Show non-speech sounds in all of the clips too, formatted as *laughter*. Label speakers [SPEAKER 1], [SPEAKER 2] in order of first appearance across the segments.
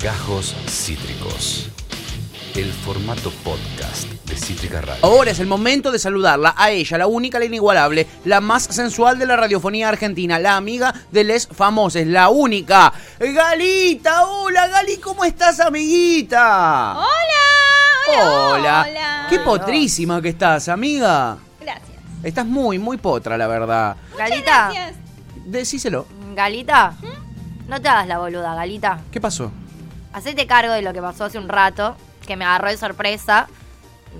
[SPEAKER 1] Gajos Cítricos. El formato podcast de Cítrica Radio.
[SPEAKER 2] Ahora es el momento de saludarla a ella, la única, la inigualable, la más sensual de la radiofonía argentina, la amiga de les famosos, la única. Galita, hola Gali, ¿cómo estás, amiguita?
[SPEAKER 3] Hola, hola, hola.
[SPEAKER 2] Qué potrísima que estás, amiga.
[SPEAKER 3] Gracias.
[SPEAKER 2] Estás muy, muy potra, la verdad.
[SPEAKER 4] Galita,
[SPEAKER 3] Gracias.
[SPEAKER 2] Decíselo.
[SPEAKER 4] Galita, no te hagas la boluda, Galita.
[SPEAKER 2] ¿Qué pasó?
[SPEAKER 4] Hacete cargo de lo que pasó hace un rato, que me agarró de sorpresa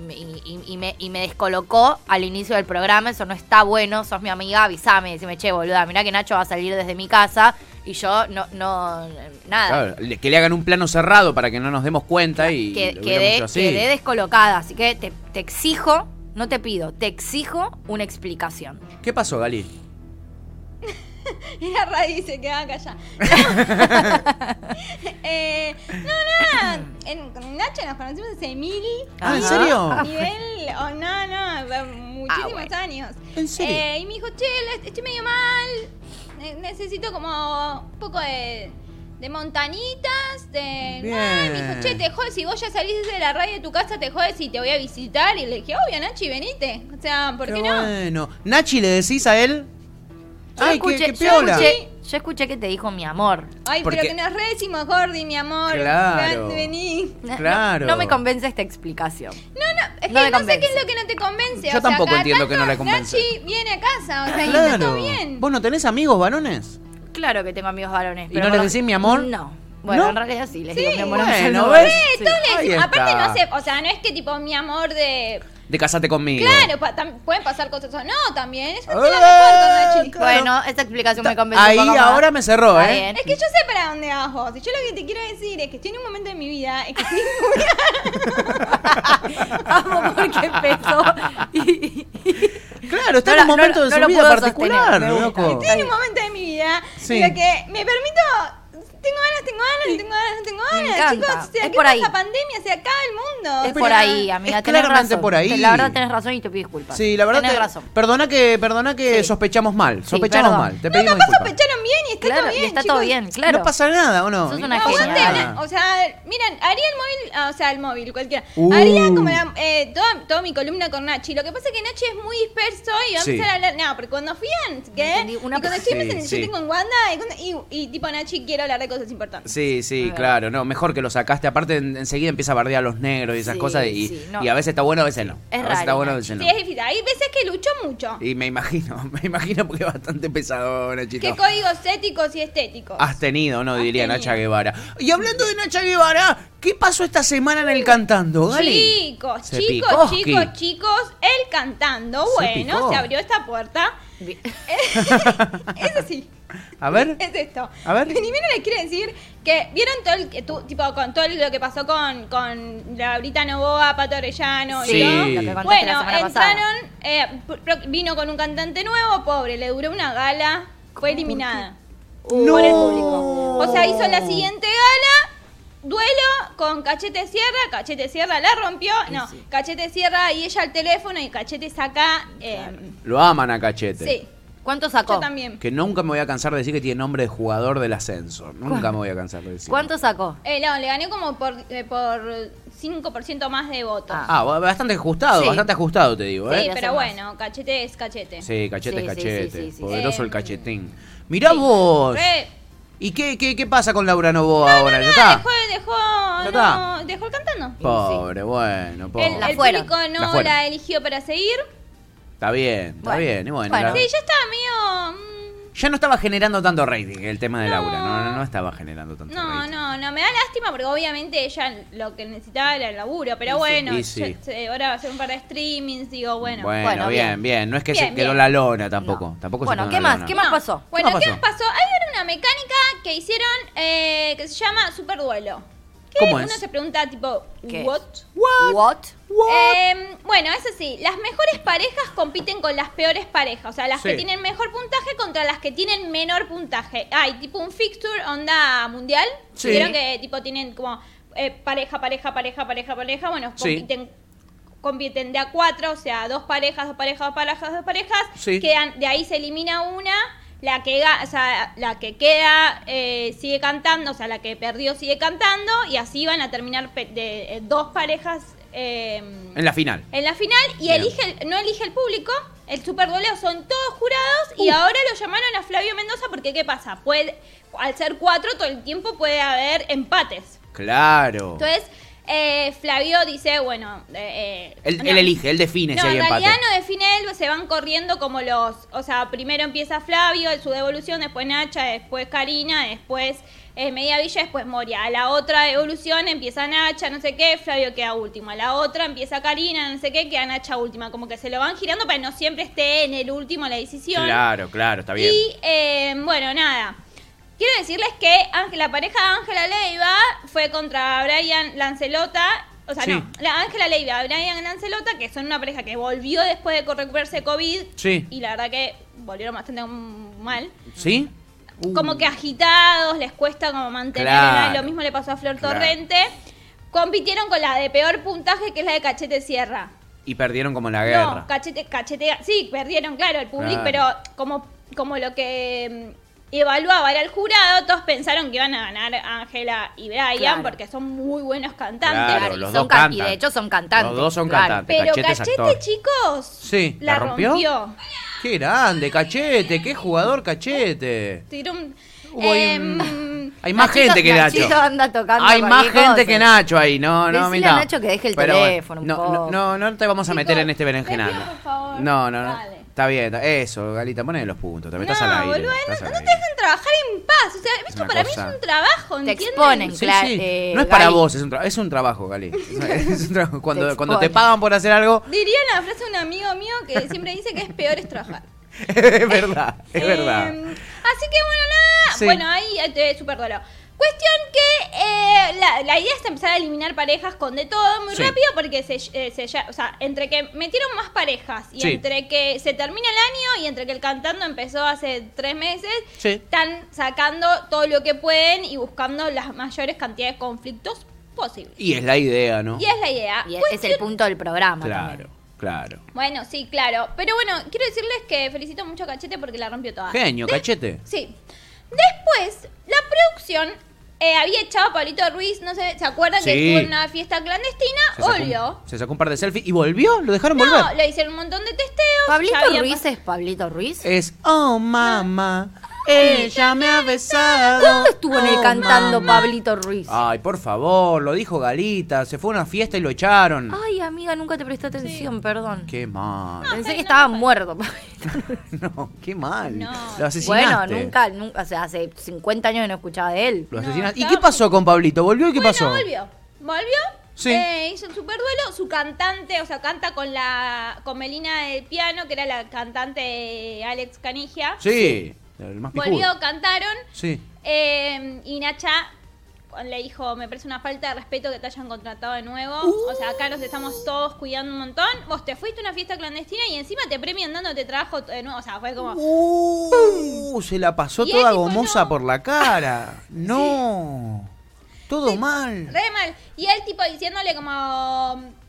[SPEAKER 4] y, y- y me, y me descolocó al inicio del programa. Eso no está bueno, sos mi amiga, avísame, decime, che, boluda, mirá que Nacho va a salir desde mi casa y yo no, no, nada.
[SPEAKER 2] Claro, le- que le hagan un plano cerrado para que no nos demos cuenta y.
[SPEAKER 4] Que-
[SPEAKER 2] lo hubiéramos
[SPEAKER 4] quedé,
[SPEAKER 2] hecho así.
[SPEAKER 4] quedé descolocada, así que te, te exijo, no te pido, te exijo una explicación.
[SPEAKER 2] ¿Qué pasó, Gali?
[SPEAKER 3] Y la raíz se queda callada. *laughs* eh, no, nada. En, con Nacho nos conocimos hace mil.
[SPEAKER 2] Ah, ¿en
[SPEAKER 3] mil-
[SPEAKER 2] serio?
[SPEAKER 3] Nivel. Oh, no, no. va- Muchísimos
[SPEAKER 4] Ah, bueno.
[SPEAKER 3] años.
[SPEAKER 2] ¿En serio?
[SPEAKER 3] Eh, y me dijo, che, la- estoy medio mal. ne- Necesito como un poco de. De montañitas, de. nada", y me
[SPEAKER 2] Bien.
[SPEAKER 3] dijo, che, te jodes, si vos ya salís de la radio de tu casa, te jodes y te voy a visitar. Y le dije, obvio, Nachi, venite. O sea, ¿por qué, no?
[SPEAKER 2] bueno. Nachi, ¿le decís a él?
[SPEAKER 4] Yo
[SPEAKER 2] Ay, qué,
[SPEAKER 4] escuché-
[SPEAKER 2] qué
[SPEAKER 4] yo
[SPEAKER 2] piola.
[SPEAKER 4] escuché- yo escuché que te dijo mi amor.
[SPEAKER 3] Ay,
[SPEAKER 2] Porque-
[SPEAKER 3] pero que nos re decimos Gordi, mi amor.
[SPEAKER 2] Claro.
[SPEAKER 3] Ven, vení.
[SPEAKER 4] No, no-
[SPEAKER 2] Claro.
[SPEAKER 4] No, me convence esta explicación.
[SPEAKER 3] No, no, es
[SPEAKER 4] No
[SPEAKER 3] que
[SPEAKER 4] me
[SPEAKER 3] no sé qué
[SPEAKER 4] convence.
[SPEAKER 3] es lo que no te convence.
[SPEAKER 2] Yo
[SPEAKER 3] o sea,
[SPEAKER 2] tampoco
[SPEAKER 3] cada
[SPEAKER 2] entiendo que no
[SPEAKER 3] tanto
[SPEAKER 2] le convence.
[SPEAKER 3] Nachi viene a casa, o sea, y está todo
[SPEAKER 2] Claro.
[SPEAKER 3] bien.
[SPEAKER 2] ¿Vos no tenés amigos varones?
[SPEAKER 4] Claro que tengo amigos varones.
[SPEAKER 2] ¿Y no
[SPEAKER 4] pero
[SPEAKER 2] les
[SPEAKER 4] por lo-
[SPEAKER 2] decís mi amor?
[SPEAKER 4] No. Bueno,
[SPEAKER 2] ¿No?
[SPEAKER 4] en realidad sí, les
[SPEAKER 3] Sí.
[SPEAKER 4] digo mi amor. a mis
[SPEAKER 2] Bueno,
[SPEAKER 4] amigos.
[SPEAKER 2] ¿ves?
[SPEAKER 4] Sí.
[SPEAKER 3] Todos le
[SPEAKER 2] Ahí
[SPEAKER 3] decimos- aparte
[SPEAKER 2] está.
[SPEAKER 3] no sé, o sea, no es que tipo mi amor de...
[SPEAKER 2] De casate conmigo.
[SPEAKER 3] Claro, pa- tam- pueden pasar cosas o no también. Es un
[SPEAKER 2] Eh,
[SPEAKER 3] cielo
[SPEAKER 4] Ah,
[SPEAKER 3] recorto, Nachi.
[SPEAKER 2] claro.
[SPEAKER 4] Bueno, esta explicación me convence
[SPEAKER 2] Ahí
[SPEAKER 4] un poco más.
[SPEAKER 2] ahora me cerró,
[SPEAKER 4] Está
[SPEAKER 2] ¿eh?
[SPEAKER 4] bien.
[SPEAKER 3] Es que yo sé para dónde vas vos. Y yo lo que te quiero decir es que estoy en un momento de mi vida es que estoy
[SPEAKER 4] *laughs*
[SPEAKER 3] muy-
[SPEAKER 4] *laughs* Amo porque empezó. y-
[SPEAKER 2] Claro, está
[SPEAKER 4] No
[SPEAKER 2] en un
[SPEAKER 4] la- no
[SPEAKER 2] momento
[SPEAKER 4] la-
[SPEAKER 2] de
[SPEAKER 4] no
[SPEAKER 2] su
[SPEAKER 4] la
[SPEAKER 2] vida
[SPEAKER 4] puedo
[SPEAKER 2] particular,
[SPEAKER 4] sostener, me gusta.
[SPEAKER 2] loco.
[SPEAKER 4] Sí.
[SPEAKER 3] estoy en un momento de mi vida
[SPEAKER 2] Sí.
[SPEAKER 3] en lo que me permito... Tengo ganas, tengo ganas, no tengo ganas, no tengo
[SPEAKER 4] Me
[SPEAKER 3] ganas.
[SPEAKER 4] encanta.
[SPEAKER 3] Chicos, se
[SPEAKER 4] Es
[SPEAKER 3] acaba
[SPEAKER 4] por ahí.
[SPEAKER 3] esta pandemia, se acaba el mundo.
[SPEAKER 4] es
[SPEAKER 3] O
[SPEAKER 4] por
[SPEAKER 3] sea,
[SPEAKER 4] ahí, amiga.
[SPEAKER 2] es
[SPEAKER 4] tenés
[SPEAKER 2] claramente
[SPEAKER 4] razón.
[SPEAKER 2] por ahí.
[SPEAKER 4] La verdad tenés razón y te pido disculpas.
[SPEAKER 2] Sí, la verdad.
[SPEAKER 4] Tenés
[SPEAKER 2] te-
[SPEAKER 4] razón.
[SPEAKER 2] Perdona que, perdona que
[SPEAKER 4] Sí.
[SPEAKER 2] sospechamos mal.
[SPEAKER 4] Sí,
[SPEAKER 2] Sospechamos
[SPEAKER 4] perdón.
[SPEAKER 2] mal. Te
[SPEAKER 3] No,
[SPEAKER 2] pedimos
[SPEAKER 3] capaz
[SPEAKER 2] disculpas.
[SPEAKER 3] sospecharon bien y está
[SPEAKER 4] claro,
[SPEAKER 3] todo bien.
[SPEAKER 4] y está todo
[SPEAKER 3] chicos.
[SPEAKER 4] bien, claro.
[SPEAKER 2] No pasa nada, ¿o no?
[SPEAKER 4] Sos una
[SPEAKER 2] No
[SPEAKER 4] genia.
[SPEAKER 2] pasa
[SPEAKER 3] Aguante,
[SPEAKER 4] Genial.
[SPEAKER 2] nada.
[SPEAKER 3] la- eh, o sea, miren, haría el móvil, ah, o sea, el móvil, cualquiera.
[SPEAKER 2] Uh.
[SPEAKER 3] Haría como la, eh, toda, toda mi columna con Nachi. Lo que pasa es que Nachi es muy disperso y va a
[SPEAKER 2] Sí.
[SPEAKER 3] empezar a hablar. No, porque cuando fui antes,
[SPEAKER 4] No
[SPEAKER 3] ¿qué?
[SPEAKER 4] entendí
[SPEAKER 3] Y
[SPEAKER 4] una
[SPEAKER 3] cuando
[SPEAKER 4] cosa.
[SPEAKER 3] estoy
[SPEAKER 2] Sí,
[SPEAKER 3] presente,
[SPEAKER 2] sí.
[SPEAKER 3] yo tengo en Wanda y, cuando- y- y tipo Nachi quiero hablar de cosas importantes.
[SPEAKER 2] Sí, sí,
[SPEAKER 4] Claro.
[SPEAKER 2] claro. No, mejor que lo sacaste. Aparte, en- enseguida empieza a bardear a los negros y esas
[SPEAKER 4] Sí,
[SPEAKER 2] cosas. Y,
[SPEAKER 4] sí, no.
[SPEAKER 2] y a veces está bueno, a veces no.
[SPEAKER 4] Es
[SPEAKER 2] a veces está
[SPEAKER 4] raro,
[SPEAKER 2] bueno, a
[SPEAKER 4] Nacho.
[SPEAKER 2] veces no.
[SPEAKER 3] Sí, es difícil. Hay veces que lucho mucho.
[SPEAKER 2] Y me imagino, *laughs* me imagino porque es bastante pesado, Nachito.
[SPEAKER 3] ¿Qué códigos éticos y estéticos?
[SPEAKER 2] Has tenido, no
[SPEAKER 3] Has
[SPEAKER 2] diría
[SPEAKER 3] tenido.
[SPEAKER 2] Nacha Guevara. Y hablando de Nacha Guevara, ¿qué pasó esta semana en el cantando, Gali?
[SPEAKER 3] Chicos,
[SPEAKER 2] Se
[SPEAKER 3] chicos,
[SPEAKER 2] picoski.
[SPEAKER 3] chicos, chicos, él cantando,
[SPEAKER 2] Se
[SPEAKER 3] bueno,
[SPEAKER 2] picó.
[SPEAKER 3] se abrió esta puerta.
[SPEAKER 2] *laughs*
[SPEAKER 4] Bien.
[SPEAKER 3] Eso sí.
[SPEAKER 2] A ver.
[SPEAKER 3] *laughs* Es esto.
[SPEAKER 2] A ver.
[SPEAKER 3] Primero les quiero decir que vieron todo el que tú- tipo con todo lo que pasó con, con Laurita Novoa, Pato Orellano
[SPEAKER 2] Sí.
[SPEAKER 3] y todo.
[SPEAKER 4] lo que contaste la
[SPEAKER 3] Bueno,
[SPEAKER 4] semana pasada.
[SPEAKER 3] entraron, eh, pro- vino con un cantante nuevo, pobre, le duró una gala, fue eliminada
[SPEAKER 2] No.
[SPEAKER 3] por el público. O sea, hizo la siguiente gala, duelo con Cachete Sierra, Cachete Sierra la rompió, no, Cachete Sierra y ella al teléfono y Cachete saca, eh,
[SPEAKER 2] Lo aman a Cachete.
[SPEAKER 3] sí,
[SPEAKER 4] ¿Cuánto sacó?
[SPEAKER 3] yo también.
[SPEAKER 2] Que nunca me voy a cansar de decir que tiene nombre de jugador del ascenso. Nunca me voy a cansar de decir.
[SPEAKER 4] ¿Cuánto sacó?
[SPEAKER 3] Eh, no, le gané como por, eh, por 5% más de votos.
[SPEAKER 4] Ah.
[SPEAKER 2] Ah, ba- bastante ajustado,
[SPEAKER 4] Sí.
[SPEAKER 2] bastante ajustado te digo,
[SPEAKER 3] sí,
[SPEAKER 2] ¿eh?
[SPEAKER 3] pero
[SPEAKER 4] Hacer más.
[SPEAKER 3] bueno, cachete es cachete.
[SPEAKER 2] Sí, cachete,
[SPEAKER 4] Sí, sí,
[SPEAKER 2] cachete.
[SPEAKER 4] sí, sí, sí.
[SPEAKER 2] Poderoso el
[SPEAKER 3] Eh,
[SPEAKER 2] cachetín. Mirá vos.
[SPEAKER 3] Re-
[SPEAKER 2] ¿Y qué, qué, qué pasa con Laura Novoa ahora? ¿Ya
[SPEAKER 3] Ah,
[SPEAKER 2] está?
[SPEAKER 3] dejó, dejó,
[SPEAKER 2] está.
[SPEAKER 3] no, dejó el cantando.
[SPEAKER 2] Pobre, bueno, pobre.
[SPEAKER 3] El,
[SPEAKER 4] La
[SPEAKER 3] el
[SPEAKER 4] fueron.
[SPEAKER 3] público
[SPEAKER 2] La
[SPEAKER 3] no la,
[SPEAKER 2] fueron.
[SPEAKER 3] eligió para seguir.
[SPEAKER 2] Está bien, está
[SPEAKER 4] Bueno,
[SPEAKER 2] bien. Y bueno,
[SPEAKER 4] bueno.
[SPEAKER 2] la-
[SPEAKER 3] Sí, ya estaba medio... mm,
[SPEAKER 2] ya no estaba generando tanto rating el tema de Laura. No, no, no estaba generando tanto
[SPEAKER 3] No,
[SPEAKER 2] rating.
[SPEAKER 3] no, no, me da lástima porque obviamente ella lo que necesitaba era el laburo, pero bueno,
[SPEAKER 2] y sí.
[SPEAKER 3] yo- se- ahora va a hacer un par de streamings, digo, bueno.
[SPEAKER 2] Bueno,
[SPEAKER 4] Bueno,
[SPEAKER 2] bien, bien,
[SPEAKER 4] bien.
[SPEAKER 2] No es que se
[SPEAKER 3] Bien,
[SPEAKER 2] quedó
[SPEAKER 3] bien.
[SPEAKER 2] la lona tampoco. tampoco se
[SPEAKER 4] Bueno,
[SPEAKER 2] quedó
[SPEAKER 4] ¿qué
[SPEAKER 2] la
[SPEAKER 4] más?
[SPEAKER 2] lona.
[SPEAKER 4] ¿Qué más pasó?
[SPEAKER 3] Bueno,
[SPEAKER 2] más
[SPEAKER 3] ¿qué
[SPEAKER 2] pasó?
[SPEAKER 3] más pasó? Hay ahora una mecánica que hicieron eh, que se llama Super Duelo. Que
[SPEAKER 2] ¿Cómo
[SPEAKER 3] uno
[SPEAKER 2] es?
[SPEAKER 3] se pregunta tipo,
[SPEAKER 4] ¿Qué es?
[SPEAKER 3] ¿what?
[SPEAKER 4] What?
[SPEAKER 3] Eh, bueno, eso sí, las mejores parejas compiten con las peores parejas. O sea, las
[SPEAKER 2] Sí.
[SPEAKER 3] que tienen mejor puntaje contra las que tienen menor puntaje. Hay tipo un fixture onda mundial.
[SPEAKER 2] Sí.
[SPEAKER 3] Vieron que tipo tienen como eh, pareja, pareja, pareja, pareja, pareja. Bueno,
[SPEAKER 2] Sí.
[SPEAKER 3] compiten, compiten de a cuatro, o sea, dos parejas, dos parejas, dos parejas, dos parejas.
[SPEAKER 2] Sí.
[SPEAKER 3] Quedan, de ahí se elimina una. la que, ga- o sea, la que queda eh, sigue cantando, o sea, la que perdió sigue cantando y así van a terminar pe- de, eh, dos parejas eh,
[SPEAKER 2] En la final.
[SPEAKER 3] en la final y
[SPEAKER 2] Bien.
[SPEAKER 3] elige el- no elige el público. El Super Boleo son todos jurados y ahora lo llamaron a Flavio Mendoza porque ¿qué pasa? Puede, al ser cuatro todo el tiempo puede haber empates.
[SPEAKER 2] Claro.
[SPEAKER 3] Entonces eh, Flavio dice, bueno, eh, eh,
[SPEAKER 2] Él,
[SPEAKER 3] no.
[SPEAKER 2] él elige, él define si
[SPEAKER 3] No,
[SPEAKER 2] hay
[SPEAKER 3] en
[SPEAKER 2] empate.
[SPEAKER 3] realidad no define él, se van corriendo como los. O sea, primero empieza Flavio, en su devolución, después Nacha, después Karina, después eh, Media Villa, después Moria. A la otra evolución empieza Nacha, no sé qué, Flavio queda último. A la otra empieza Karina, no sé qué, queda Nacha última. Como que se lo van girando para que no siempre esté en el último la decisión.
[SPEAKER 2] Claro, claro, está bien.
[SPEAKER 3] Y eh, bueno, nada. Quiero decirles que Ángel- la pareja de Ángela Leiva fue contra Brian Lancelota. O sea,
[SPEAKER 2] Sí.
[SPEAKER 3] no, la Ángela Leiva, Brian Lancelota, que son una pareja que volvió después de recuperarse COVID.
[SPEAKER 2] Sí.
[SPEAKER 3] Y la verdad que volvieron bastante mm, mal.
[SPEAKER 2] ¿Sí?
[SPEAKER 3] Como que agitados, les cuesta como mantener.
[SPEAKER 2] Uh. Claro.
[SPEAKER 3] Lo mismo le pasó a Flor
[SPEAKER 2] Claro.
[SPEAKER 3] Torrente. Compitieron con la de peor puntaje, que es la de Cachete Sierra.
[SPEAKER 2] Y perdieron como la
[SPEAKER 3] No,
[SPEAKER 2] guerra.
[SPEAKER 3] cachete, cachete, sí, perdieron, claro, el público,
[SPEAKER 2] Claro.
[SPEAKER 3] pero como, como lo que mm, evaluaba era el jurado, todos pensaron que iban a ganar Ángela y Brian
[SPEAKER 4] Claro.
[SPEAKER 3] porque son muy buenos cantantes.
[SPEAKER 2] Claro,
[SPEAKER 4] y
[SPEAKER 2] los
[SPEAKER 4] son
[SPEAKER 2] dos
[SPEAKER 4] can-
[SPEAKER 2] cantan.
[SPEAKER 4] Y de hecho son cantantes.
[SPEAKER 2] Los dos son
[SPEAKER 4] claro.
[SPEAKER 2] cantantes.
[SPEAKER 3] Pero
[SPEAKER 2] Cachete es
[SPEAKER 3] Cachete,
[SPEAKER 2] actor.
[SPEAKER 3] chicos,
[SPEAKER 2] Sí,
[SPEAKER 3] la,
[SPEAKER 2] ¿la
[SPEAKER 3] rompió.
[SPEAKER 2] rompió? Qué grande, cachete, qué jugador cachete.
[SPEAKER 3] Tiró un-
[SPEAKER 2] Hubo ahí
[SPEAKER 3] em,
[SPEAKER 2] un- Hay más
[SPEAKER 4] Nachito-
[SPEAKER 2] gente que
[SPEAKER 4] Nachito
[SPEAKER 2] Nacho.
[SPEAKER 4] anda tocando
[SPEAKER 2] Hay más
[SPEAKER 4] cualquier
[SPEAKER 2] gente
[SPEAKER 4] cosa.
[SPEAKER 2] que Nacho ahí, no, no,
[SPEAKER 4] Decile
[SPEAKER 2] mira.
[SPEAKER 4] a Nacho que deje el
[SPEAKER 2] bueno,
[SPEAKER 4] teléfono un
[SPEAKER 2] no,
[SPEAKER 4] poco.
[SPEAKER 2] No, no, no te vamos a meter
[SPEAKER 3] Chicos,
[SPEAKER 2] en este
[SPEAKER 3] te pido,
[SPEAKER 2] berenjenal.
[SPEAKER 3] por favor.
[SPEAKER 2] No, no, no.
[SPEAKER 3] Dale.
[SPEAKER 2] Está bien, está- eso, Galita, ponle los puntos, también estás
[SPEAKER 3] no,
[SPEAKER 2] al aire.
[SPEAKER 3] boludo, no,
[SPEAKER 2] estás al
[SPEAKER 3] no te
[SPEAKER 2] aire.
[SPEAKER 3] dejan trabajar en paz. O sea, esto
[SPEAKER 2] una
[SPEAKER 3] para mí
[SPEAKER 2] cosa-
[SPEAKER 3] es un trabajo,
[SPEAKER 4] Te
[SPEAKER 3] ¿entiendes?
[SPEAKER 4] exponen.
[SPEAKER 2] Sí,
[SPEAKER 4] Cla-
[SPEAKER 2] sí.
[SPEAKER 4] eh,
[SPEAKER 2] no es para
[SPEAKER 4] Gali.
[SPEAKER 2] vos, es un, tra- es un trabajo,
[SPEAKER 3] *laughs*
[SPEAKER 2] Gali. Es un- es un trabajo. Cuando,
[SPEAKER 4] Te
[SPEAKER 2] cuando te
[SPEAKER 4] expone.
[SPEAKER 2] pagan por hacer algo, *laughs*
[SPEAKER 3] Diría la frase de un amigo mío que siempre dice que es peor es trabajar.
[SPEAKER 2] es verdad, es
[SPEAKER 3] Eh,
[SPEAKER 2] verdad.
[SPEAKER 3] Así que bueno, nada.
[SPEAKER 2] Sí.
[SPEAKER 3] Bueno, ahí eh, súper dolo. Cuestión que eh, la, la idea es empezar a eliminar parejas con de todo muy
[SPEAKER 2] Sí.
[SPEAKER 3] rápido porque se, eh, se ya- o sea, entre que metieron más parejas y
[SPEAKER 2] Sí.
[SPEAKER 3] entre que se termina el año y entre que el cantando empezó hace tres meses,
[SPEAKER 2] Sí.
[SPEAKER 3] están sacando todo lo que pueden y buscando las mayores cantidades de conflictos posibles.
[SPEAKER 2] Y es la idea, ¿no?
[SPEAKER 3] Y es la idea.
[SPEAKER 4] Y es, es
[SPEAKER 3] Cuestión-
[SPEAKER 4] el punto del programa.
[SPEAKER 2] Claro,
[SPEAKER 4] también.
[SPEAKER 2] claro.
[SPEAKER 3] Bueno, sí, claro. Pero bueno, quiero decirles que felicito mucho a Cachete porque la rompió toda.
[SPEAKER 2] Genio,
[SPEAKER 3] De-
[SPEAKER 2] cachete.
[SPEAKER 3] Sí. Después, la producción eh, había echado a Pablito Ruiz, no sé, ¿se acuerdan que
[SPEAKER 2] Sí.
[SPEAKER 3] estuvo en una fiesta clandestina?
[SPEAKER 2] Se sacó,
[SPEAKER 3] Obvio.
[SPEAKER 2] un, se sacó un par de selfies y volvió, lo dejaron
[SPEAKER 3] No,
[SPEAKER 2] volver.
[SPEAKER 3] le hicieron un montón de testeos. ya
[SPEAKER 4] ¿Pablito
[SPEAKER 3] había
[SPEAKER 4] Ruiz
[SPEAKER 3] pas-
[SPEAKER 4] es Pablito Ruiz?
[SPEAKER 2] Es, oh mamá, ella me ha besado.
[SPEAKER 4] ¿Cuándo estuvo en el
[SPEAKER 2] oh,
[SPEAKER 4] cantando
[SPEAKER 2] mamá".
[SPEAKER 4] Pablito Ruiz?
[SPEAKER 2] Ay, por favor, lo dijo Galita, se fue a una fiesta y lo echaron.
[SPEAKER 4] Ay, amiga, nunca te presté atención, perdón.
[SPEAKER 2] Qué mal. *laughs*
[SPEAKER 4] Pensé
[SPEAKER 3] No,
[SPEAKER 4] que
[SPEAKER 3] no
[SPEAKER 4] estaba
[SPEAKER 3] me
[SPEAKER 4] muerto. Pablito.
[SPEAKER 2] No, qué mal.
[SPEAKER 3] No.
[SPEAKER 2] Lo asesinaste.
[SPEAKER 4] Bueno, nunca, nunca, o sea, hace 50 años que no escuchaba de él.
[SPEAKER 2] Lo
[SPEAKER 3] No,
[SPEAKER 2] asesinaste. ¿Y
[SPEAKER 3] estaba-
[SPEAKER 2] qué pasó con Pablito? ¿Volvió y qué
[SPEAKER 3] Bueno,
[SPEAKER 2] pasó?
[SPEAKER 3] volvió. Volvió.
[SPEAKER 2] Sí.
[SPEAKER 3] eh, hizo un super duelo. Su cantante, o sea, canta con la con Melina del piano, que era la cantante de Alex Canigia.
[SPEAKER 2] Sí, el más picudo.
[SPEAKER 3] Volvió, cantaron.
[SPEAKER 2] Sí.
[SPEAKER 3] Eh, y Nacha le dijo, me parece una falta de respeto que te hayan contratado de nuevo. O sea, acá nos estamos todos cuidando un montón. Vos te fuiste a una fiesta clandestina y encima te premian dándote trabajo de nuevo. O sea, fue como...
[SPEAKER 2] Uh, se la pasó
[SPEAKER 3] Y
[SPEAKER 2] toda
[SPEAKER 3] él dijo,
[SPEAKER 2] gomosa
[SPEAKER 3] "No".
[SPEAKER 2] por la cara. No. Todo mal.
[SPEAKER 3] Re mal. Y él tipo diciéndole como...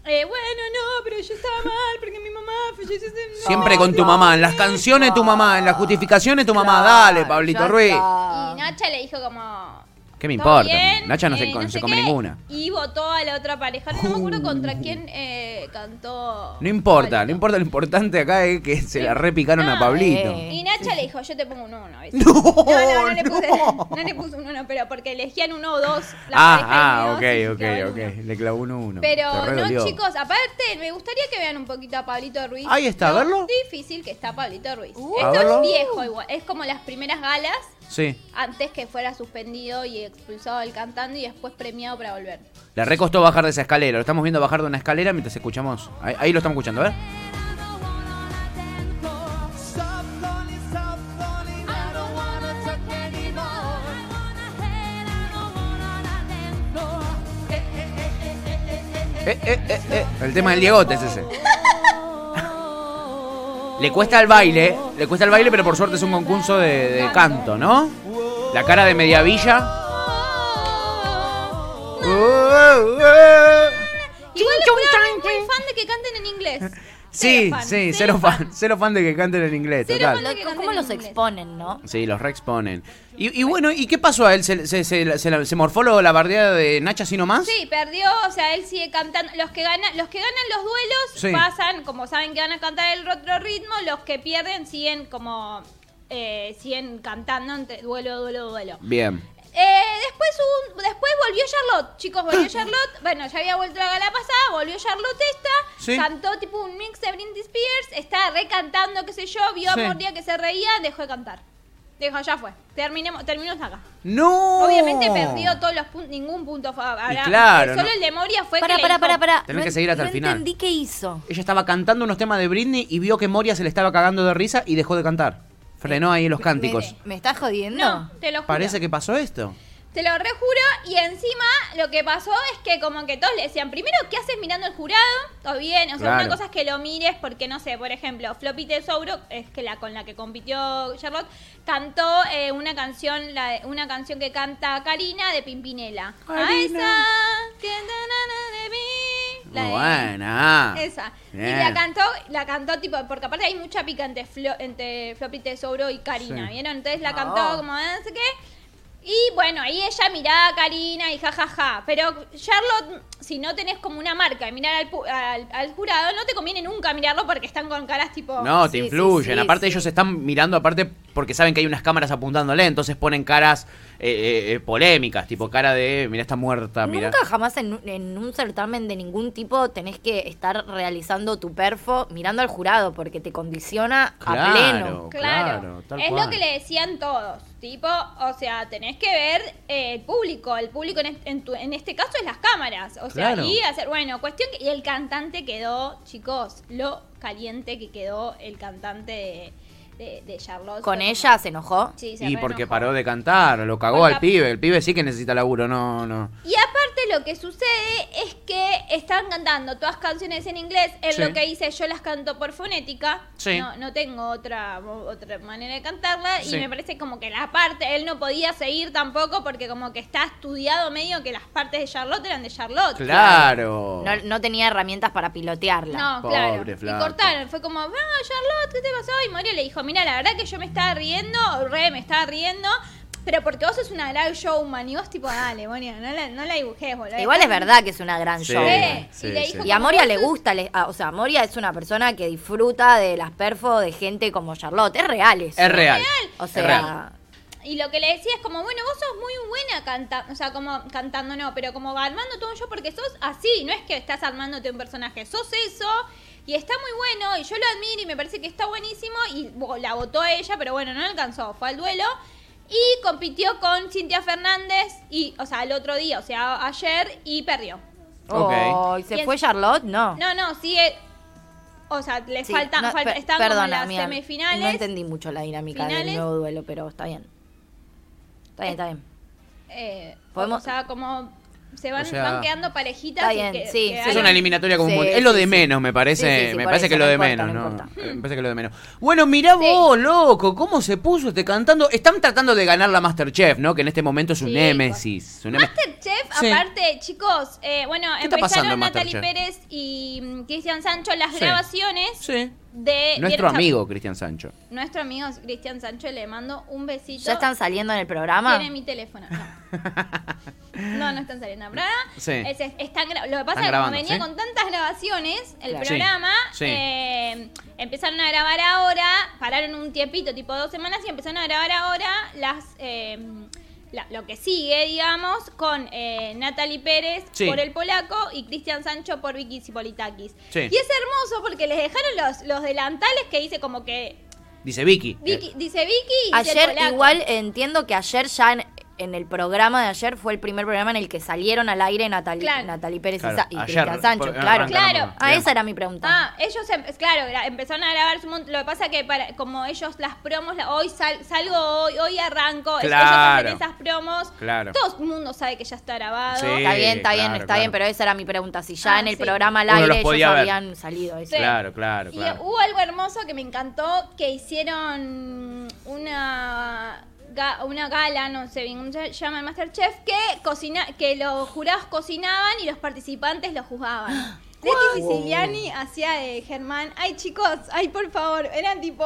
[SPEAKER 3] eh, bueno, no, pero yo estaba mal porque mi mamá falleció. hace- no".
[SPEAKER 2] Siempre con tu mamá, en las canciones tu mamá, en las justificaciones tu mamá. Dale,
[SPEAKER 4] Claro,
[SPEAKER 2] Pablito
[SPEAKER 4] ya
[SPEAKER 2] Ruiz.
[SPEAKER 4] está.
[SPEAKER 3] Y Nacha le dijo como...
[SPEAKER 2] ¿Qué me
[SPEAKER 3] "Todo
[SPEAKER 2] importa?
[SPEAKER 3] bien,
[SPEAKER 2] Nacha no
[SPEAKER 3] eh,
[SPEAKER 2] se, con- se
[SPEAKER 3] sé
[SPEAKER 2] come
[SPEAKER 3] qué".
[SPEAKER 2] ninguna.
[SPEAKER 3] Y votó a la otra pareja. No me
[SPEAKER 2] *laughs*
[SPEAKER 3] acuerdo contra quién eh, cantó.
[SPEAKER 2] No importa, no
[SPEAKER 3] Pablito.
[SPEAKER 2] importa. Lo importante acá es que se la repicaron a
[SPEAKER 3] No,
[SPEAKER 2] Pablito.
[SPEAKER 4] eh.
[SPEAKER 3] Y Nacha le dijo, yo te pongo un uno.
[SPEAKER 2] *laughs*
[SPEAKER 3] ¿viste?
[SPEAKER 2] No,
[SPEAKER 3] no, no, no le
[SPEAKER 2] no.
[SPEAKER 3] puse, no. le puse un uno, pero porque elegían uno o dos. la
[SPEAKER 2] Ah,
[SPEAKER 3] pareja
[SPEAKER 2] ah, ok,
[SPEAKER 3] de ellos,
[SPEAKER 2] ok,
[SPEAKER 3] y yo
[SPEAKER 2] ok.
[SPEAKER 3] quedaba en uno.
[SPEAKER 2] Le clavó uno uno. Te
[SPEAKER 3] Pero
[SPEAKER 2] re
[SPEAKER 3] no,
[SPEAKER 2] dolió.
[SPEAKER 3] chicos, aparte, me gustaría que vean un poquito a Pablito Ruiz.
[SPEAKER 2] Ahí está,
[SPEAKER 3] lo
[SPEAKER 2] verlo. Uh,
[SPEAKER 3] difícil que está Pablito Ruiz.
[SPEAKER 2] a
[SPEAKER 3] Esto
[SPEAKER 2] verlo.
[SPEAKER 3] es viejo igual. Es como las primeras galas,
[SPEAKER 2] Sí.
[SPEAKER 3] antes que fuera suspendido y expulsado del cantando y después premiado para volver.
[SPEAKER 2] Le recostó bajar de esa escalera. Lo estamos viendo bajar de una escalera mientras escuchamos. Ahí, ahí lo estamos escuchando, ¿eh? a ver. Eh, eh, eh, eh. El tema del Diegote es ese. Le cuesta el baile, le cuesta el baile, pero por suerte es un concurso de, de canto, ¿no? La cara de Mediavilla.
[SPEAKER 3] Igual es muy fan de que canten en inglés.
[SPEAKER 2] Sí,
[SPEAKER 3] fan,
[SPEAKER 2] sí, cero
[SPEAKER 3] cero
[SPEAKER 2] fan. Cero fan de que canten en inglés,
[SPEAKER 3] Cero
[SPEAKER 2] total.
[SPEAKER 3] fan de que
[SPEAKER 4] ¿Cómo
[SPEAKER 3] canten en
[SPEAKER 4] los
[SPEAKER 3] inglés.
[SPEAKER 4] exponen, no?
[SPEAKER 2] Sí, los reexponen. Y, y bueno, ¿y qué pasó a él? ¿Se, se, se, se la- se morfó lo- la bardeada de Nacha así nomás?
[SPEAKER 3] Sí, perdió, o sea, él sigue cantando. Los que ganan, los que ganan los duelos
[SPEAKER 2] Sí.
[SPEAKER 3] pasan, como saben que van a cantar el otro ritmo, los que pierden siguen como eh, siguen cantando ante- duelo, duelo, duelo.
[SPEAKER 2] Bien.
[SPEAKER 3] Eh, después hubo un- después volvió Charlotte,
[SPEAKER 2] *clears throat*
[SPEAKER 3] chicos, volvió Charlotte. Bueno, ya había vuelto la gala pasada, volvió Charlotte esta,
[SPEAKER 2] Sí.
[SPEAKER 3] cantó tipo un mix de Britney Spears, estaba recantando, qué sé yo, vio
[SPEAKER 2] Sí.
[SPEAKER 3] a Mordía que se reía, dejó de cantar. Dijo, ya fue, terminemos, terminamos acá.
[SPEAKER 2] ¡No!
[SPEAKER 3] Obviamente perdió todos los puntos, ningún punto. fa- habrá-
[SPEAKER 2] claro,
[SPEAKER 3] Solo
[SPEAKER 2] no-
[SPEAKER 3] el de Moria fue
[SPEAKER 4] Para,
[SPEAKER 3] que
[SPEAKER 4] para, para, para.
[SPEAKER 2] Tenés que seguir hasta el final.
[SPEAKER 4] entendí qué hizo.
[SPEAKER 2] Ella estaba cantando unos temas de Britney y vio que Moria se le estaba cagando de risa y dejó de cantar. Frenó ahí los cánticos.
[SPEAKER 4] ¿Me, me estás jodiendo?
[SPEAKER 3] No, te lo juro.
[SPEAKER 2] Parece que pasó esto.
[SPEAKER 3] Te lo rejuro. Y encima lo que pasó es que como que todos le decían, primero, ¿qué haces mirando el jurado? O bien, o sea,
[SPEAKER 2] Claro.
[SPEAKER 3] una cosa es que lo mires porque, no sé, por ejemplo, Floppy Tesouro, es que la con la que compitió Charlotte, cantó eh, una canción la de- una canción que canta Karina de Pimpinela. A esa que na, na, na, de mí. La
[SPEAKER 2] Muy
[SPEAKER 3] de-
[SPEAKER 2] buena.
[SPEAKER 3] Esa.
[SPEAKER 2] Ah. Bien.
[SPEAKER 3] Y la cantó, la cantó tipo, porque aparte hay mucha pica entre, Flo- entre Floppy Tesoro y Karina,
[SPEAKER 2] Sí.
[SPEAKER 3] ¿vieron? Entonces la
[SPEAKER 4] Ah.
[SPEAKER 3] cantó como ah, no sé qué. Y bueno, ahí ella miraba a Karina y jajaja. Pero Charlotte, si no tenés como una marca y mirar al, pu- al- al jurado, no te conviene nunca mirarlo porque están con caras tipo.
[SPEAKER 2] No, te
[SPEAKER 4] Sí, sí,
[SPEAKER 2] influyen.
[SPEAKER 4] sí,
[SPEAKER 2] aparte
[SPEAKER 4] sí.
[SPEAKER 2] ellos están mirando, aparte porque saben que hay unas cámaras apuntándole, entonces ponen caras eh, eh, eh, polémicas, tipo cara de, mira, está muerta, Ah, mira.
[SPEAKER 4] Nunca jamás en, un- en un certamen de ningún tipo tenés que estar realizando tu perfo mirando al jurado porque te condiciona a pleno.
[SPEAKER 3] Claro,
[SPEAKER 2] Claro, tal
[SPEAKER 3] es
[SPEAKER 2] cual.
[SPEAKER 3] lo que le decían todos, tipo, o sea, tenés que ver eh, el público, el público en, est- en tu- en este caso es las cámaras, o sea,
[SPEAKER 2] Claro.
[SPEAKER 3] y hacer, bueno, cuestión que, y el cantante quedó, chicos, lo caliente que quedó el cantante de, de- de Charlotte.
[SPEAKER 4] Con
[SPEAKER 3] Fue
[SPEAKER 4] ella
[SPEAKER 3] como-
[SPEAKER 4] se enojó.
[SPEAKER 3] Sí, se
[SPEAKER 2] Y
[SPEAKER 3] reenojó.
[SPEAKER 2] porque paró de cantar, lo cagó
[SPEAKER 3] Porque
[SPEAKER 2] al
[SPEAKER 3] ap-
[SPEAKER 2] pibe, el pibe sí que necesita laburo, no, no.
[SPEAKER 3] Y aparte lo que sucede es que están cantando todas canciones en inglés, es
[SPEAKER 2] Sí.
[SPEAKER 3] lo que dice, yo las canto por fonética,
[SPEAKER 2] Sí.
[SPEAKER 3] no, no tengo otra, otra manera de cantarla
[SPEAKER 2] Sí.
[SPEAKER 3] y me parece como que la parte, él no podía seguir tampoco porque como que está estudiado medio que las partes de Charlotte eran de Charlotte.
[SPEAKER 2] Claro.
[SPEAKER 4] No, no tenía herramientas para pilotearla.
[SPEAKER 3] No,
[SPEAKER 2] Pobre
[SPEAKER 3] claro.
[SPEAKER 2] flaco.
[SPEAKER 3] Y cortaron. Fue como, ah, Charlotte, ¿qué te pasó? Y Mario le dijo, mira, la verdad que yo me estaba riendo, re, me estaba riendo, pero porque vos sos una drag showman y vos tipo, dale, Monia, no la, no la dibujes, boludo.
[SPEAKER 4] Igual es verdad que es una gran
[SPEAKER 2] Sí.
[SPEAKER 4] show.
[SPEAKER 3] Sí,
[SPEAKER 2] Sí,
[SPEAKER 3] y le
[SPEAKER 2] sí.
[SPEAKER 3] dijo
[SPEAKER 4] Y a
[SPEAKER 3] como,
[SPEAKER 4] Moria
[SPEAKER 3] "Vos
[SPEAKER 4] le
[SPEAKER 3] sos
[SPEAKER 4] gusta, le- ah, o sea, Moria es una persona que disfruta de las perfos de gente como Charlotte. Es real eso.
[SPEAKER 2] Es real.
[SPEAKER 4] O
[SPEAKER 2] es real.
[SPEAKER 4] sea,
[SPEAKER 3] Y lo que le decía es como, bueno, vos sos muy buena cantando, o sea, como cantando no, pero como armando todo un show porque sos así, no es que estás armándote un personaje, sos eso y está muy bueno y yo lo admiro y me parece que está buenísimo y bo- la votó a ella, pero bueno, no alcanzó, fue al duelo y compitió con Cintia Fernández y, o sea, el otro día, o sea, ayer y perdió.
[SPEAKER 2] Ok.
[SPEAKER 4] oh, ¿y ¿se
[SPEAKER 3] Y
[SPEAKER 4] fue
[SPEAKER 3] es-
[SPEAKER 4] Charlotte? No.
[SPEAKER 3] No, no, sigue, o sea, le
[SPEAKER 4] Ah. Sí,
[SPEAKER 3] faltan,
[SPEAKER 4] no,
[SPEAKER 3] falta,
[SPEAKER 4] per-
[SPEAKER 3] están como en
[SPEAKER 4] perdona,
[SPEAKER 3] las
[SPEAKER 4] mía,
[SPEAKER 3] semifinales.
[SPEAKER 4] No entendí mucho la dinámica del
[SPEAKER 3] Finales.
[SPEAKER 4] nuevo duelo, pero está bien. Está bien, está bien.
[SPEAKER 3] Eh,
[SPEAKER 4] Podemos-
[SPEAKER 3] O sea, como se van,
[SPEAKER 2] O sea-
[SPEAKER 3] van quedando parejitas.
[SPEAKER 4] Está
[SPEAKER 3] y
[SPEAKER 4] bien,
[SPEAKER 3] que-
[SPEAKER 4] sí,
[SPEAKER 3] que
[SPEAKER 4] sí.
[SPEAKER 2] Es
[SPEAKER 3] hagan-
[SPEAKER 2] una eliminatoria como un
[SPEAKER 4] Sí,
[SPEAKER 2] mundial. Es lo
[SPEAKER 4] sí,
[SPEAKER 2] de
[SPEAKER 4] sí.
[SPEAKER 2] menos, me parece.
[SPEAKER 4] Sí, sí,
[SPEAKER 2] me
[SPEAKER 4] por
[SPEAKER 2] parece
[SPEAKER 4] eso
[SPEAKER 2] que lo
[SPEAKER 4] no
[SPEAKER 2] de
[SPEAKER 4] importa,
[SPEAKER 2] menos,
[SPEAKER 4] no
[SPEAKER 2] ¿no?
[SPEAKER 4] importa.
[SPEAKER 2] Me parece que lo de menos. Bueno, mirá vos, loco, cómo se puso este cantando. Están tratando de ganar la Masterchef, ¿no? Que en este momento es un
[SPEAKER 3] Sí,
[SPEAKER 2] némesis. un neme-
[SPEAKER 3] Masterchef,
[SPEAKER 2] Sí.
[SPEAKER 3] aparte, chicos, eh, bueno,
[SPEAKER 2] ¿Qué está pasando
[SPEAKER 3] empezaron
[SPEAKER 2] en
[SPEAKER 3] Natalie
[SPEAKER 2] Masterchef?
[SPEAKER 3] Pérez y mm, Cristian Sancho las
[SPEAKER 2] Sí.
[SPEAKER 3] grabaciones
[SPEAKER 2] Sí.
[SPEAKER 4] eh,
[SPEAKER 3] de...
[SPEAKER 2] Nuestro
[SPEAKER 3] Dieron-
[SPEAKER 2] amigo Cristian Sancho.
[SPEAKER 3] Nuestro amigo Cristian Sancho, le mando un besito.
[SPEAKER 4] ¿Ya están saliendo en el programa?
[SPEAKER 3] Eh, Tiene mi teléfono.
[SPEAKER 2] *laughs*
[SPEAKER 3] No, no, no están saliendo. ¿verdad?
[SPEAKER 2] Sí.
[SPEAKER 3] Es- es- están gra- lo que
[SPEAKER 2] Están
[SPEAKER 3] pasa es que como
[SPEAKER 2] grabando,
[SPEAKER 3] venía
[SPEAKER 2] ¿sí?
[SPEAKER 3] con tantas grabaciones, el
[SPEAKER 4] Claro.
[SPEAKER 2] Sí,
[SPEAKER 3] programa,
[SPEAKER 2] sí.
[SPEAKER 3] eh, empezaron a grabar ahora, pararon un tiempito, tipo dos semanas, y empezaron a grabar ahora las... eh, la- lo que sigue, digamos, con eh, Natalie Pérez
[SPEAKER 2] Sí.
[SPEAKER 3] por el polaco y Cristian Sancho por Vicky Zipolitakis.
[SPEAKER 2] Sí.
[SPEAKER 3] Y es hermoso porque les dejaron los, los delantales que dice como que
[SPEAKER 2] Dice Vicky. Eh,
[SPEAKER 3] Vicky, dice Vicky y dice el
[SPEAKER 4] Ayer,
[SPEAKER 3] polaco.
[SPEAKER 4] igual entiendo que ayer ya en, en el programa de ayer fue el primer programa en el que salieron al aire Natalie,
[SPEAKER 3] Claro.
[SPEAKER 4] Natalie Pérez y
[SPEAKER 2] Claro,
[SPEAKER 4] Sa- y
[SPEAKER 2] ayer,
[SPEAKER 4] Cristian Sancho,
[SPEAKER 2] por-
[SPEAKER 4] claro.
[SPEAKER 2] arrancaron
[SPEAKER 3] Claro.
[SPEAKER 2] nomás.
[SPEAKER 4] Ah,
[SPEAKER 2] Bien.
[SPEAKER 4] esa era mi pregunta.
[SPEAKER 3] Ah, ellos, em- claro, gra- empezaron a grabar su mon- Lo que pasa que para, como ellos las promos, la- hoy sal- salgo hoy, hoy arranco, es-
[SPEAKER 2] Claro.
[SPEAKER 3] ellos hacen esas promos.
[SPEAKER 2] Claro.
[SPEAKER 3] Todo el mundo sabe que ya está grabado.
[SPEAKER 2] Sí.
[SPEAKER 4] Está bien, está
[SPEAKER 2] claro,
[SPEAKER 4] bien, está
[SPEAKER 2] claro.
[SPEAKER 4] bien, pero esa era mi pregunta. Si ya
[SPEAKER 3] Ah,
[SPEAKER 4] en el
[SPEAKER 3] sí.
[SPEAKER 4] programa al
[SPEAKER 2] Uno
[SPEAKER 4] aire
[SPEAKER 2] los
[SPEAKER 4] ellos
[SPEAKER 2] podía ver.
[SPEAKER 4] habían salido. eso.
[SPEAKER 3] Sí.
[SPEAKER 2] Claro, claro,
[SPEAKER 3] Y
[SPEAKER 4] uh.
[SPEAKER 2] claro.
[SPEAKER 3] hubo algo hermoso que me encantó, que hicieron una ga- una gala, no sé bien cómo se llama el Masterchef, que cocina, que los jurados cocinaban y los participantes los juzgaban. Leti Siciliani hacía de Germán. Ay, chicos, ay, por favor. Eran tipo.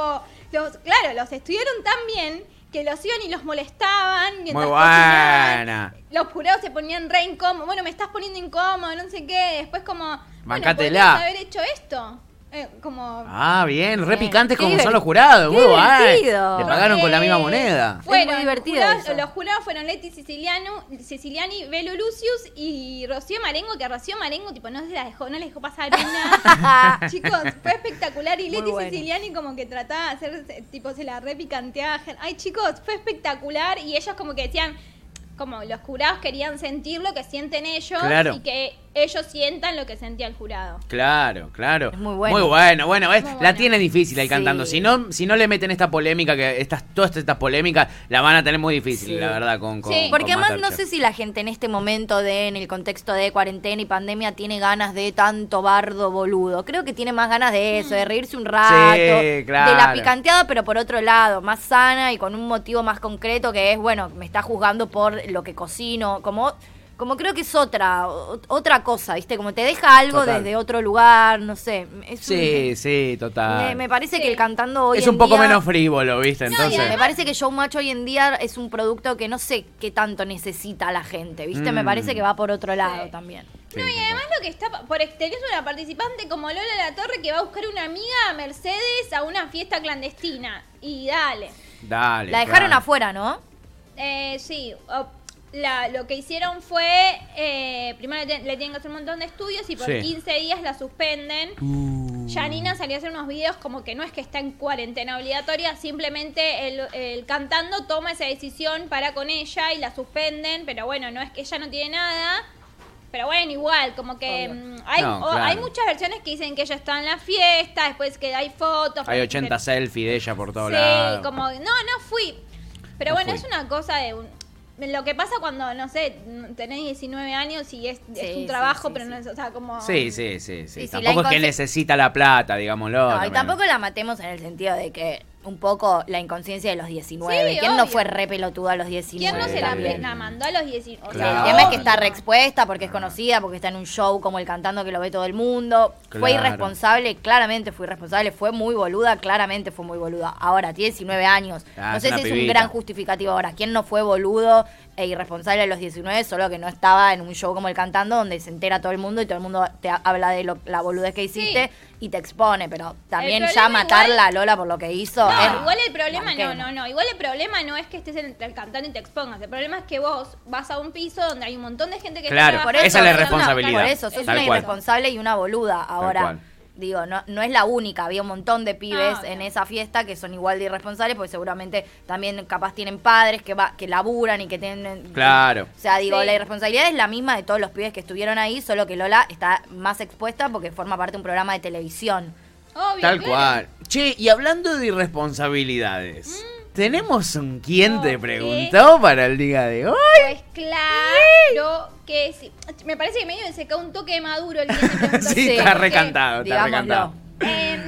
[SPEAKER 3] Los, claro, los estudiaron tan bien que los iban y los molestaban. Mientras
[SPEAKER 2] Muy
[SPEAKER 3] cocinaban.
[SPEAKER 2] buena.
[SPEAKER 3] Los pureos se ponían re incómodos. Bueno, me estás poniendo incómodo, no sé qué. Después, como. Bueno,
[SPEAKER 2] Bancátela.
[SPEAKER 3] podrías haber hecho esto. Eh, como.
[SPEAKER 2] Ah, bien, re
[SPEAKER 4] Bien.
[SPEAKER 2] picantes
[SPEAKER 4] Qué
[SPEAKER 2] como son
[SPEAKER 4] divert-
[SPEAKER 2] los jurados,
[SPEAKER 4] qué
[SPEAKER 2] muy guay.
[SPEAKER 4] divertido.
[SPEAKER 2] Le pagaron con la misma
[SPEAKER 3] Eh,
[SPEAKER 2] moneda.
[SPEAKER 4] muy
[SPEAKER 3] Fueron,
[SPEAKER 4] divertido
[SPEAKER 3] jurados-
[SPEAKER 4] eso.
[SPEAKER 3] los jurados fueron Leti Siciliano, Siciliani, Belo Lucius y Rocío Marengo, que Rocío Marengo tipo no se la dejó, no le dejó pasar
[SPEAKER 4] *laughs* Ah,
[SPEAKER 3] una. Chicos, fue espectacular. Y
[SPEAKER 4] Muy
[SPEAKER 3] Leti
[SPEAKER 4] bueno.
[SPEAKER 3] Siciliani como que trataba de hacer, eh, tipo, se la repicanteaba. gen- Ay, chicos, fue espectacular. Y ellos como que decían, como los jurados querían sentir lo que sienten ellos
[SPEAKER 2] Claro.
[SPEAKER 3] y que ellos sientan lo que sentía el jurado.
[SPEAKER 2] Claro, claro.
[SPEAKER 4] Es muy bueno.
[SPEAKER 2] Muy bueno, bueno, ¿ves?
[SPEAKER 3] Muy
[SPEAKER 2] la
[SPEAKER 3] bueno.
[SPEAKER 2] tiene difícil ahí
[SPEAKER 4] Sí.
[SPEAKER 2] cantando. Si no, si no le meten esta polémica, que estas, todas estas polémicas, la van a tener muy difícil,
[SPEAKER 4] Sí.
[SPEAKER 2] la verdad, con, con
[SPEAKER 3] Sí.
[SPEAKER 2] con
[SPEAKER 4] Porque además no
[SPEAKER 2] Masterchef.
[SPEAKER 4] sé si la gente en este momento de, en el contexto de cuarentena y pandemia, tiene ganas de tanto bardo boludo. Creo que tiene más ganas de eso, de reírse un rato, de la
[SPEAKER 2] claro.
[SPEAKER 4] picanteada, pero por otro lado, más sana y con un motivo más concreto que es, bueno, me está juzgando por lo que cocino, como... Como creo que es otra, o- otra cosa, ¿viste? Como te deja algo
[SPEAKER 2] Total.
[SPEAKER 4] desde otro lugar, no sé. Es
[SPEAKER 2] Sí, sí,
[SPEAKER 4] un-
[SPEAKER 2] total.
[SPEAKER 4] me, me parece
[SPEAKER 3] Sí.
[SPEAKER 4] que el cantando hoy
[SPEAKER 2] es
[SPEAKER 4] en
[SPEAKER 2] un poco
[SPEAKER 4] día-
[SPEAKER 2] menos frívolo, ¿viste?
[SPEAKER 3] y
[SPEAKER 2] Entonces.
[SPEAKER 4] me parece que Showmatch hoy en día es un producto que no sé qué tanto necesita la gente, ¿viste? Me
[SPEAKER 2] Mm.
[SPEAKER 4] parece que va por otro lado también.
[SPEAKER 2] Sí,
[SPEAKER 3] No, y además lo que está por exterior es una participante como Lola La Torre que va a buscar una amiga a Mercedes a una fiesta clandestina. Y dale.
[SPEAKER 2] Dale.
[SPEAKER 4] La dejaron
[SPEAKER 2] claro.
[SPEAKER 4] afuera, ¿no?
[SPEAKER 3] Eh, sí, o- la- lo que hicieron fue, eh, primero le, le tienen que hacer un montón de estudios y por
[SPEAKER 2] Sí. Uh.
[SPEAKER 3] 15 días la suspenden. Janina salió a hacer unos videos como que no es que está en cuarentena obligatoria, simplemente el, el cantando toma esa decisión para con ella y la suspenden, pero bueno, no es que ella no tiene nada. Pero bueno, igual, como que mm,
[SPEAKER 4] Obvio.
[SPEAKER 3] hay,
[SPEAKER 2] No,
[SPEAKER 3] o- hay
[SPEAKER 2] claro.
[SPEAKER 3] muchas versiones que dicen que ella está en la fiesta, después que hay fotos.
[SPEAKER 2] Hay
[SPEAKER 3] pero-
[SPEAKER 2] 80 selfies de ella por todos
[SPEAKER 3] Sí,
[SPEAKER 2] lados.
[SPEAKER 3] como, no, no fui. Pero
[SPEAKER 2] No
[SPEAKER 3] bueno,
[SPEAKER 2] fui.
[SPEAKER 3] es una cosa de un- lo que pasa cuando, no sé, tenés 19 años y es,
[SPEAKER 4] Sí,
[SPEAKER 3] es un
[SPEAKER 4] sí,
[SPEAKER 3] trabajo,
[SPEAKER 4] sí,
[SPEAKER 3] pero
[SPEAKER 4] sí.
[SPEAKER 3] no es, o sea, como...
[SPEAKER 2] Sí, sí, sí, sí.
[SPEAKER 4] Sí, sí,
[SPEAKER 2] tampoco
[SPEAKER 4] la
[SPEAKER 2] es que
[SPEAKER 4] inconse-
[SPEAKER 2] necesita la plata, digámoslo.
[SPEAKER 4] No, y
[SPEAKER 2] también.
[SPEAKER 4] tampoco la matemos en el sentido de que un poco la inconsciencia de los 19.
[SPEAKER 3] Sí,
[SPEAKER 4] ¿Quién no
[SPEAKER 3] obvio.
[SPEAKER 4] fue re pelotudo a los 19?
[SPEAKER 3] ¿Quién no se la,
[SPEAKER 2] también.
[SPEAKER 3] la mandó a los 19? O sea,
[SPEAKER 4] El
[SPEAKER 2] Claro.
[SPEAKER 4] tema es que
[SPEAKER 3] obvio.
[SPEAKER 4] está reexpuesta porque es conocida, porque está en un show como el cantando que lo ve todo el mundo. Fue
[SPEAKER 2] Claro.
[SPEAKER 4] irresponsable, claramente fue irresponsable, fue muy boluda, claramente fue muy boluda. Ahora, tiene 19 años.
[SPEAKER 2] Ah,
[SPEAKER 4] no
[SPEAKER 2] es
[SPEAKER 4] sé si
[SPEAKER 2] una
[SPEAKER 4] es un
[SPEAKER 2] pibita.
[SPEAKER 4] gran justificativo ahora. ¿Quién no fue boludo e irresponsable a los 19? Solo que no estaba en un show como el cantando donde se entera todo el mundo y todo el mundo te ha- habla de lo- la boludez que hiciste y te expone. Pero también
[SPEAKER 3] problema
[SPEAKER 4] ya matarla
[SPEAKER 3] igual-
[SPEAKER 4] a Lola por lo que hizo.
[SPEAKER 3] No,
[SPEAKER 4] es-
[SPEAKER 3] igual el problema, no,
[SPEAKER 4] banquemos.
[SPEAKER 3] no, no. Igual el problema no es que estés en el cantante y te expongas. El problema es que vos vas a un piso donde hay un montón de gente que está
[SPEAKER 2] Claro,
[SPEAKER 4] Por
[SPEAKER 3] trabajando,
[SPEAKER 4] eso,
[SPEAKER 2] esa es la
[SPEAKER 4] sos una-
[SPEAKER 2] irresponsabilidad.
[SPEAKER 4] por eso, sos
[SPEAKER 2] Tal
[SPEAKER 4] una
[SPEAKER 2] cual.
[SPEAKER 4] irresponsable y una boluda. Ahora,
[SPEAKER 2] cual.
[SPEAKER 4] digo, no, no es la única. Había un montón de pibes
[SPEAKER 3] Ah, No,
[SPEAKER 4] en
[SPEAKER 3] no.
[SPEAKER 4] esa fiesta que son igual de irresponsables, porque seguramente también capaz tienen padres que va, que laburan y que tienen.
[SPEAKER 2] Claro.
[SPEAKER 4] O sea, digo,
[SPEAKER 3] Sí.
[SPEAKER 4] la irresponsabilidad es la misma de todos los pibes que estuvieron ahí, solo que Lola está más expuesta porque forma parte de un programa de televisión.
[SPEAKER 3] Obvio,
[SPEAKER 2] Tal
[SPEAKER 3] claro.
[SPEAKER 2] cual. Che, y hablando de irresponsabilidades, ¿tenemos un quién
[SPEAKER 3] Mm. No,
[SPEAKER 2] te
[SPEAKER 3] ¿qué?
[SPEAKER 2] preguntó para el día de hoy? *laughs*
[SPEAKER 3] Pues claro que sí. Me parece que medio se cae un toque de maduro el que te preguntó
[SPEAKER 2] *laughs* Sí,
[SPEAKER 3] eso,
[SPEAKER 2] está
[SPEAKER 3] porque,
[SPEAKER 2] recantado, está
[SPEAKER 4] digámoslo.
[SPEAKER 2] recantado.
[SPEAKER 3] eh,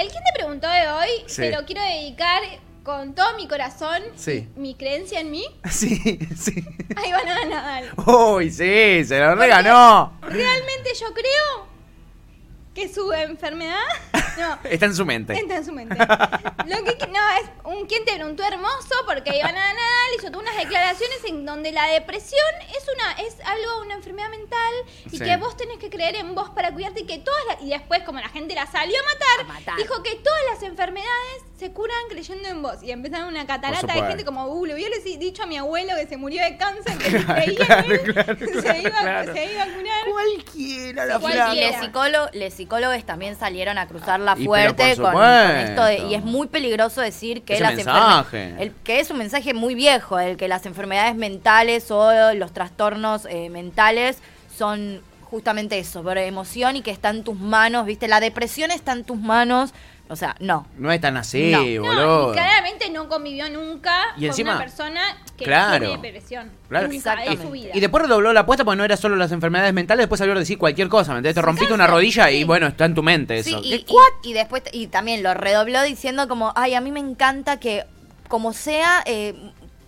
[SPEAKER 3] el quien te preguntó de hoy
[SPEAKER 2] Sí.
[SPEAKER 3] se lo quiero dedicar con todo mi corazón,
[SPEAKER 2] Sí.
[SPEAKER 3] mi creencia en mí,
[SPEAKER 2] Sí, sí.
[SPEAKER 3] a Iván Nadal.
[SPEAKER 2] Uy, sí, se lo reganó.
[SPEAKER 3] Realmente yo creo que su enfermedad *laughs* no,
[SPEAKER 2] Está en su mente.
[SPEAKER 3] entra en su mente. Lo que no es un quien te preguntó hermoso porque Iván Nadal hizo todas unas declaraciones en donde la depresión es una es algo una enfermedad mental y
[SPEAKER 2] Sí.
[SPEAKER 3] que vos tenés que creer en vos para cuidarte y que todas las- y después como la gente la salió a matar,
[SPEAKER 4] A matar.
[SPEAKER 3] dijo que todas las enfermedades se curan creyendo en vos y empezaron una catarata de
[SPEAKER 2] supuesto.
[SPEAKER 3] gente como uh, le hubiera dicho a mi abuelo que se murió de cáncer que si
[SPEAKER 2] *laughs* Claro,
[SPEAKER 3] creía en
[SPEAKER 2] claro, claro,
[SPEAKER 3] él, *laughs* se, iba,
[SPEAKER 2] claro.
[SPEAKER 3] se iba a curar.
[SPEAKER 2] Cualquiera la
[SPEAKER 3] Cualquiera.
[SPEAKER 2] flaca.
[SPEAKER 4] Y los psicólogos, psicólogos también salieron a cruzarla
[SPEAKER 2] Y pero
[SPEAKER 4] fuerte
[SPEAKER 2] por
[SPEAKER 4] con, con esto. de-
[SPEAKER 2] supuesto.
[SPEAKER 4] y es muy peligroso decir que
[SPEAKER 2] Ese
[SPEAKER 4] las
[SPEAKER 2] mensaje.
[SPEAKER 4] enferme- el- que es un mensaje muy viejo, el que las enfermedades mentales o los trastornos eh, mentales son justamente eso, por emoción y que está en tus manos, ¿viste? La depresión está en tus manos. O sea, no.
[SPEAKER 2] No es tan así,
[SPEAKER 4] No.
[SPEAKER 2] boludo.
[SPEAKER 3] No, y claramente no convivió nunca
[SPEAKER 2] Y encima-
[SPEAKER 3] con una persona que
[SPEAKER 2] Claro.
[SPEAKER 3] tiene depresión.
[SPEAKER 2] Claro.
[SPEAKER 3] Nunca,
[SPEAKER 4] Exactamente.
[SPEAKER 3] es su vida.
[SPEAKER 2] Y después redobló la apuesta porque no era solo las enfermedades mentales, después salió a decir cualquier cosa, ¿me entendés? Te rompiste una rodilla y bueno, está en tu mente eso.
[SPEAKER 4] Sí,
[SPEAKER 2] ¿Qué
[SPEAKER 4] y, y- y después y también lo redobló diciendo como, ay, a mí me encanta que como sea eh,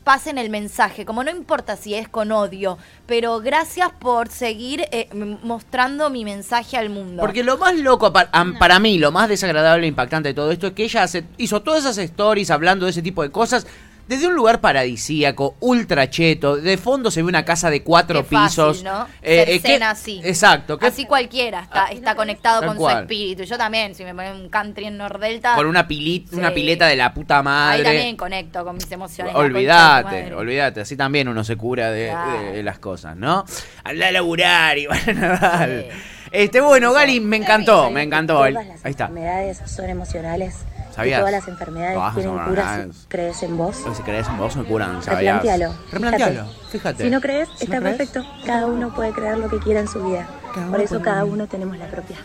[SPEAKER 4] pasen el mensaje, como no importa si es con odio, pero gracias por seguir eh, m- mostrando mi mensaje al mundo.
[SPEAKER 2] Porque lo más loco pa- am- para mí, lo más desagradable e impactante de todo esto es que ella hace- hizo todas esas stories hablando de ese tipo de cosas desde un lugar paradisíaco, ultra cheto. De fondo se ve una casa de cuatro
[SPEAKER 4] Qué fácil,
[SPEAKER 2] pisos.
[SPEAKER 4] ¿no?
[SPEAKER 2] Eh,
[SPEAKER 4] Ser
[SPEAKER 2] eh,
[SPEAKER 4] cena
[SPEAKER 2] qué-
[SPEAKER 4] así.
[SPEAKER 2] Exacto. qué-
[SPEAKER 4] Así cualquiera está, está conectado
[SPEAKER 2] Tal
[SPEAKER 4] con
[SPEAKER 2] cual.
[SPEAKER 4] su espíritu. Yo también, si me ponen un country en Nordelta,
[SPEAKER 2] con una, pili- una
[SPEAKER 4] Sí.
[SPEAKER 2] pileta de la puta
[SPEAKER 4] ahí
[SPEAKER 2] madre.
[SPEAKER 4] también conecto con mis emociones. la concha de
[SPEAKER 2] Olvídate,
[SPEAKER 4] tu madre.
[SPEAKER 2] olvídate, así también uno se cura de,
[SPEAKER 4] Claro.
[SPEAKER 2] de- de las cosas, ¿no? Anda a laburar y *laughs* van a nadar.
[SPEAKER 4] Sí.
[SPEAKER 2] Este, bueno, Gali, me encantó, me encantó. el-
[SPEAKER 5] Todas las
[SPEAKER 2] Ahí está.
[SPEAKER 5] enfermedades son emocionales. y
[SPEAKER 2] ¿Sabías?
[SPEAKER 5] Todas las enfermedades
[SPEAKER 2] Todas
[SPEAKER 5] tienen
[SPEAKER 2] son
[SPEAKER 5] cura
[SPEAKER 2] hormonales.
[SPEAKER 5] si crees en vos.
[SPEAKER 2] Pues si crees en vos, me curan, ¿sabías?
[SPEAKER 5] Replantealo.
[SPEAKER 2] Replantealo,
[SPEAKER 5] fíjate.
[SPEAKER 2] fíjate.
[SPEAKER 5] Si no crees,
[SPEAKER 2] Si no
[SPEAKER 5] está
[SPEAKER 2] crees,
[SPEAKER 5] perfecto. Cada uno puede creer lo que quiera en su vida. Por eso cada uno tenemos la propia.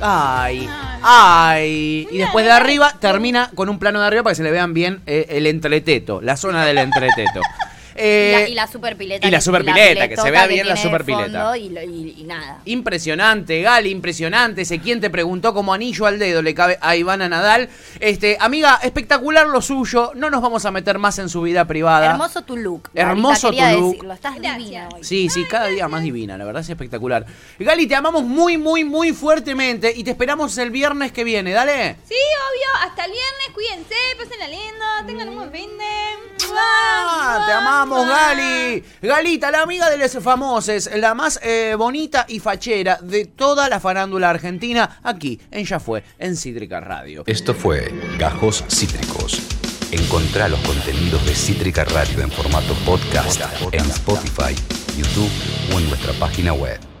[SPEAKER 2] Ay, ay. Y después de
[SPEAKER 3] Mira,
[SPEAKER 2] arriba termina con un plano de arriba para que se le vean bien eh, el entreteto, la zona del entreteto.
[SPEAKER 4] *laughs* Y
[SPEAKER 2] Eh,
[SPEAKER 4] la, y la super pileta.
[SPEAKER 2] y la super pileta, que se vea
[SPEAKER 4] piletota
[SPEAKER 2] bien la
[SPEAKER 4] tiene de
[SPEAKER 2] super pileta.
[SPEAKER 4] fondo Y, lo- y- y nada.
[SPEAKER 2] Impresionante, Gali, impresionante. Ese quien te preguntó como anillo al dedo le cabe a Ivana Nadal. Este, amiga, espectacular lo suyo. No nos vamos a meter más en su vida privada.
[SPEAKER 4] Hermoso tu look.
[SPEAKER 2] Hermoso
[SPEAKER 4] Marita,
[SPEAKER 2] tu
[SPEAKER 4] quería
[SPEAKER 2] look.
[SPEAKER 4] decirlo, estás
[SPEAKER 3] Gracias.
[SPEAKER 4] divina hoy.
[SPEAKER 2] Sí, sí, cada día más divina, la verdad es espectacular. Gali, te amamos muy, muy, muy fuertemente y te esperamos el viernes que viene, dale.
[SPEAKER 3] Sí, obvio. Hasta el viernes. Cuídense. Pásenla lindo. Tengan un buen fin de... ¡Mua!
[SPEAKER 2] Ah, ¡Te amamos,
[SPEAKER 3] ¡Mua!
[SPEAKER 2] Gali! Galita, la amiga de los famosos, la más eh, bonita y fachera de toda la farándula argentina, aquí, en Ya Fue, en Cítrica Radio.
[SPEAKER 1] Esto fue Gajos Cítricos. Encontrá los contenidos de Cítrica Radio en formato podcast en Spotify, YouTube o en nuestra página web.